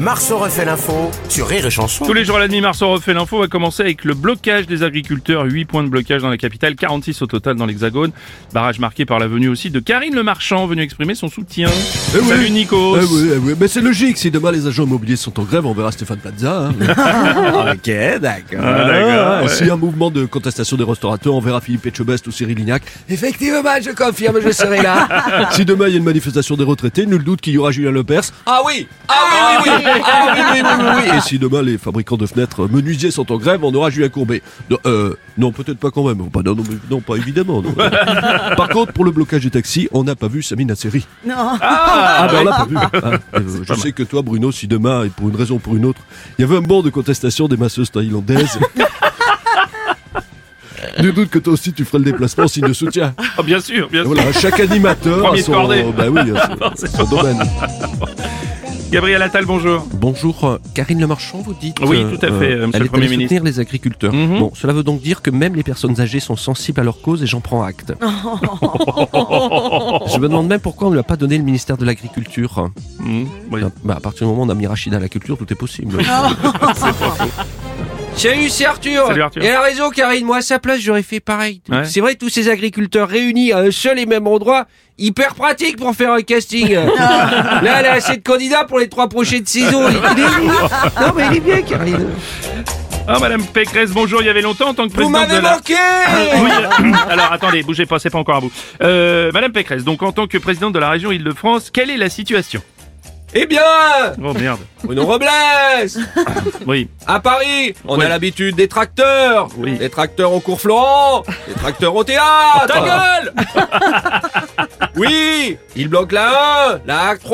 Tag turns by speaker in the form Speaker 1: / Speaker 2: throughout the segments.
Speaker 1: Marceau refait l'info sur Rire et Chanson.
Speaker 2: Tous les jours à la nuit, Marceau refait l'info va commencer avec le blocage des agriculteurs. 8 points de blocage dans la capitale, 46 au total dans l'Hexagone. Barrage marqué par la venue aussi de Karine Le Marchand, venue exprimer son soutien.
Speaker 3: Eh oui.
Speaker 2: Salut Nico.
Speaker 3: Ah oui, ah oui, mais c'est logique, si demain les agents immobiliers sont en grève, on verra Stéphane Plaza. ok, d'accord.
Speaker 2: d'accord, ouais.
Speaker 3: Si un mouvement de contestation des restaurateurs, on verra Philippe Etchebest ou Cyril Lignac.
Speaker 4: Effectivement, je confirme, je serai là.
Speaker 3: si demain il y a une manifestation des retraités, nul doute qu'il y aura Julien Lepers.
Speaker 4: Ah oui Ah oui, oui, oui Ah oui, oui, oui, oui, oui.
Speaker 3: Et si demain les fabricants de fenêtres euh, menuisiers sont en grève, on aura Julien Courbet. Non, euh, non, peut-être pas quand même. Pas- non, non, mais- non, pas évidemment. non. Par contre, pour le blocage des taxis, on n'a pas vu Samina Seri.
Speaker 5: Non.
Speaker 3: Ah,
Speaker 2: bah,
Speaker 3: ben on l'a pas vu. Ah, euh, je sais que toi, Bruno, si demain, et pour une raison ou pour une autre, il y avait un banc de contestation des masseuses thaïlandaises. Nul doute que toi aussi tu ferais le déplacement signe de soutien.
Speaker 2: Ah, bien sûr, bien sûr.
Speaker 3: Voilà, chaque animateur
Speaker 2: Premier
Speaker 3: a
Speaker 2: de
Speaker 3: son,
Speaker 2: cordée.
Speaker 3: bah oui, a son- son domaine.
Speaker 2: Gabriel Attal, bonjour.
Speaker 6: Bonjour, euh, Karine Le Marchand, vous dites. euh,
Speaker 2: Oui, tout à fait, monsieur le
Speaker 6: elle est allée
Speaker 2: Premier ministre.
Speaker 6: soutenir les agriculteurs.
Speaker 2: Mhm.
Speaker 6: Bon, cela veut donc dire que même les personnes âgées sont sensibles à leur cause et j'en prends acte. Je me demande même pourquoi on ne lui a pas donné le ministère de l'Agriculture.
Speaker 2: Mmh, oui.
Speaker 6: Bah, à partir du moment où on a mis Rachida à la culture, tout est possible.
Speaker 4: Salut, c'est Arthur.
Speaker 2: Salut, Arthur.
Speaker 4: Et elle a raison, Karine. Moi, à sa place, j'aurais fait pareil.
Speaker 2: Ouais.
Speaker 4: C'est vrai, tous ces agriculteurs réunis à un seul et même endroit, hyper pratique pour faire un casting. Là, elle a assez de candidats pour les trois prochaines saisons. Il est bien. Non, mais il est bien, Karine.
Speaker 2: Ah, Madame Pécresse, bonjour. Il y avait longtemps en tant que
Speaker 4: Vous
Speaker 2: présidente
Speaker 4: m'avez
Speaker 2: de la...
Speaker 4: manqué
Speaker 2: Oui, alors attendez, bougez pas, c'est pas encore à bout. Euh, Madame Pécresse, donc en tant que présidente de la région Île-de-France, quelle est la situation
Speaker 4: Eh bien,
Speaker 2: Oh merde.
Speaker 4: Bruno Robles
Speaker 2: Oui.
Speaker 4: À Paris, on
Speaker 2: Ouais.
Speaker 4: a l'habitude des tracteurs.
Speaker 2: Oui.
Speaker 4: Des tracteurs au cours Florent, des tracteurs au théâtre. Ta gueule Oui, ils bloquent la 1, la A3,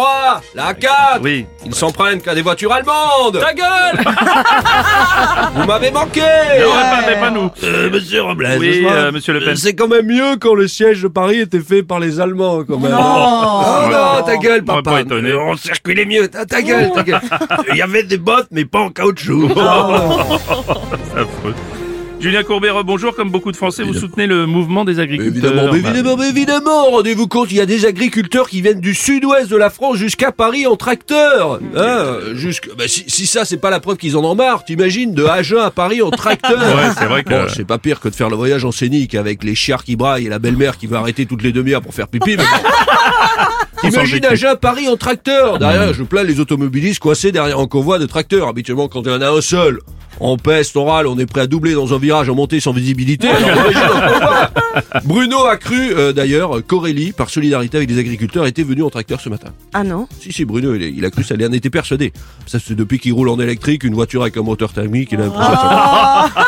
Speaker 4: la A4.
Speaker 2: Oui.
Speaker 4: Ils s'en prennent qu'à des voitures allemandes. Ta gueule Vous m'avez manqué
Speaker 2: Non, pas, mais pas nous.
Speaker 3: monsieur Robles,
Speaker 2: Oui, euh, monsieur Le Pen.
Speaker 3: c'est quand même mieux quand le siège de Paris était fait par les Allemands, quand même.
Speaker 4: Oh non, ta gueule,
Speaker 2: On va pas
Speaker 4: papa.
Speaker 2: étonner.
Speaker 3: On circulait mieux.
Speaker 4: Ta, ta gueule, ta gueule.
Speaker 3: Il y avait des bottes, mais pas en caoutchouc.
Speaker 2: Affreux. Julien Courbet, bonjour. Comme beaucoup de Français, vous soutenez le mouvement des agriculteurs.
Speaker 3: Évidemment, mais
Speaker 2: Bah,
Speaker 3: évidemment, mais évidemment.
Speaker 4: Rendez-vous compte, il y a des agriculteurs qui viennent du sud-ouest de la France jusqu'à Paris en tracteur. Hein, euh, jusque- bah, si, si ça, c'est pas la preuve qu'ils en ont marre, t'imagines, de Agen à Paris en tracteur.
Speaker 2: Ouais, c'est vrai que-
Speaker 3: Bon, c'est pas pire que de faire le voyage en scénique avec les chiards qui braillent et la belle-mère qui va arrêter toutes les demi-heures pour faire pipi. mais bon. Imagine Agen à Paris en tracteur.
Speaker 2: Mm.
Speaker 3: Derrière, je plains les automobilistes coincés derrière un convoi de tracteurs. Habituellement, quand il y en a un seul, on peste, on râle, on est prêt à doubler dans un virage en montée sans visibilité. Alors, imagine un convoi. Bruno a cru, euh, d'ailleurs, qu'Aurélie, par solidarité avec les agriculteurs, était venu en tracteur ce matin.
Speaker 5: Ah non.
Speaker 3: Si, si, Bruno, il, est- il a cru ça, il en était persuadé. Ça, c'est depuis qu'il roule en électrique, une voiture avec un moteur thermique, il a l'impression que
Speaker 2: Ah.
Speaker 3: c'est-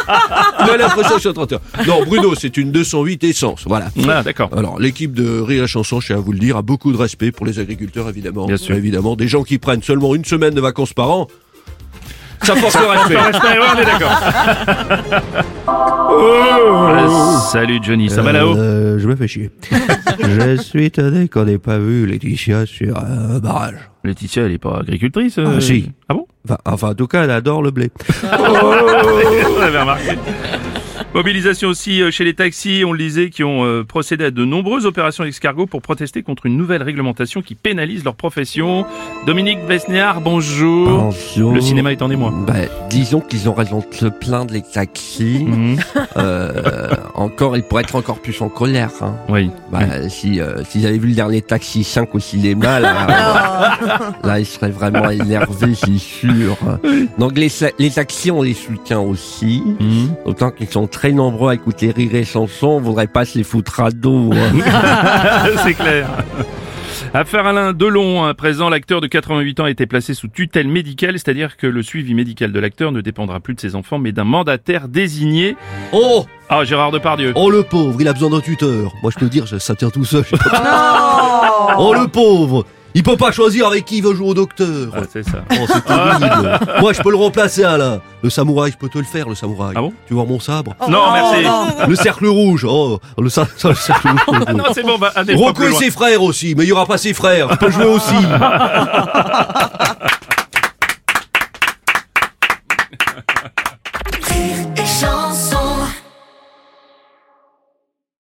Speaker 3: Il a l'impression que c'est un tracteur. Non, Bruno, c'est une 208 essence, voilà.
Speaker 2: Ah, d'accord.
Speaker 3: Alors, l'équipe de Rire et Chanson, je tiens à vous le dire, a beaucoup de respect pour les agriculteurs, évidemment.
Speaker 2: Bien sûr.
Speaker 3: Évidemment, des gens qui prennent seulement une semaine de vacances par an, ça force le respect.
Speaker 2: Ouais, ouais, on est d'accord. Euh, Salut Johnny, ça va là-haut
Speaker 7: Euh, Je me fais chier. je suis étonné qu'on n'ait pas vu Laetitia sur euh, un barrage.
Speaker 2: Laetitia, elle est pas agricultrice euh,
Speaker 7: Ah, si.
Speaker 2: Ah bon
Speaker 7: Enfin, enfin, en tout cas, elle adore le blé.
Speaker 2: Vous avez remarqué. Mobilisation aussi euh, chez les taxis, on le disait, qui ont euh, procédé à de nombreuses opérations escargot pour protester contre une nouvelle réglementation qui pénalise leur profession. Dominique Besnéard, bonjour.
Speaker 6: Bonjour.
Speaker 2: Le cinéma est en émoi.
Speaker 6: Bah, disons qu'ils ont raison de se plaindre les taxis.
Speaker 2: Mhm.
Speaker 6: Euh, encore, ils pourraient être encore plus en colère. hein.
Speaker 2: Oui.
Speaker 6: Bah, si, euh, s'ils avaient vu le dernier Taxi 5 au cinéma, là, euh, là ils seraient vraiment énervés, c'est sûr. Donc les, sa- les taxis, on les soutient aussi.
Speaker 2: Mhm.
Speaker 6: Autant qu'ils sont très nombreux à écouter rire et chanson, on voudrait pas se les foutre à dos. hein.
Speaker 2: C'est clair. Affaire Alain Delon, à présent, l'acteur de 88 ans a été placé sous tutelle médicale, c'est-à-dire que le suivi médical de l'acteur ne dépendra plus de ses enfants, mais d'un mandataire désigné.
Speaker 3: Oh,
Speaker 2: Ah, Gérard Depardieu.
Speaker 3: oh le pauvre, il a besoin d'un tuteur. Moi, je peux dire, ça tient tout seul. oh le pauvre, il peut pas choisir avec qui il veut jouer au docteur.
Speaker 2: Ah. Ah, c'est ça.
Speaker 3: Oh, c'est terrible. Moi, je peux le remplacer, Alain. Le samouraï, je peux te le faire, le samouraï.
Speaker 2: Ah bon
Speaker 3: tu vois mon sabre
Speaker 2: Non, merci.
Speaker 3: Le cercle rouge. Oh, le, sa- le cercle rouge.
Speaker 2: Ah Non, c'est bon, bah, un des trois
Speaker 3: Rocco
Speaker 2: plus
Speaker 3: et
Speaker 2: loin.
Speaker 3: ses frères aussi, mais il y aura pas ses frères. Je peux jouer aussi.
Speaker 5: rire et chanson.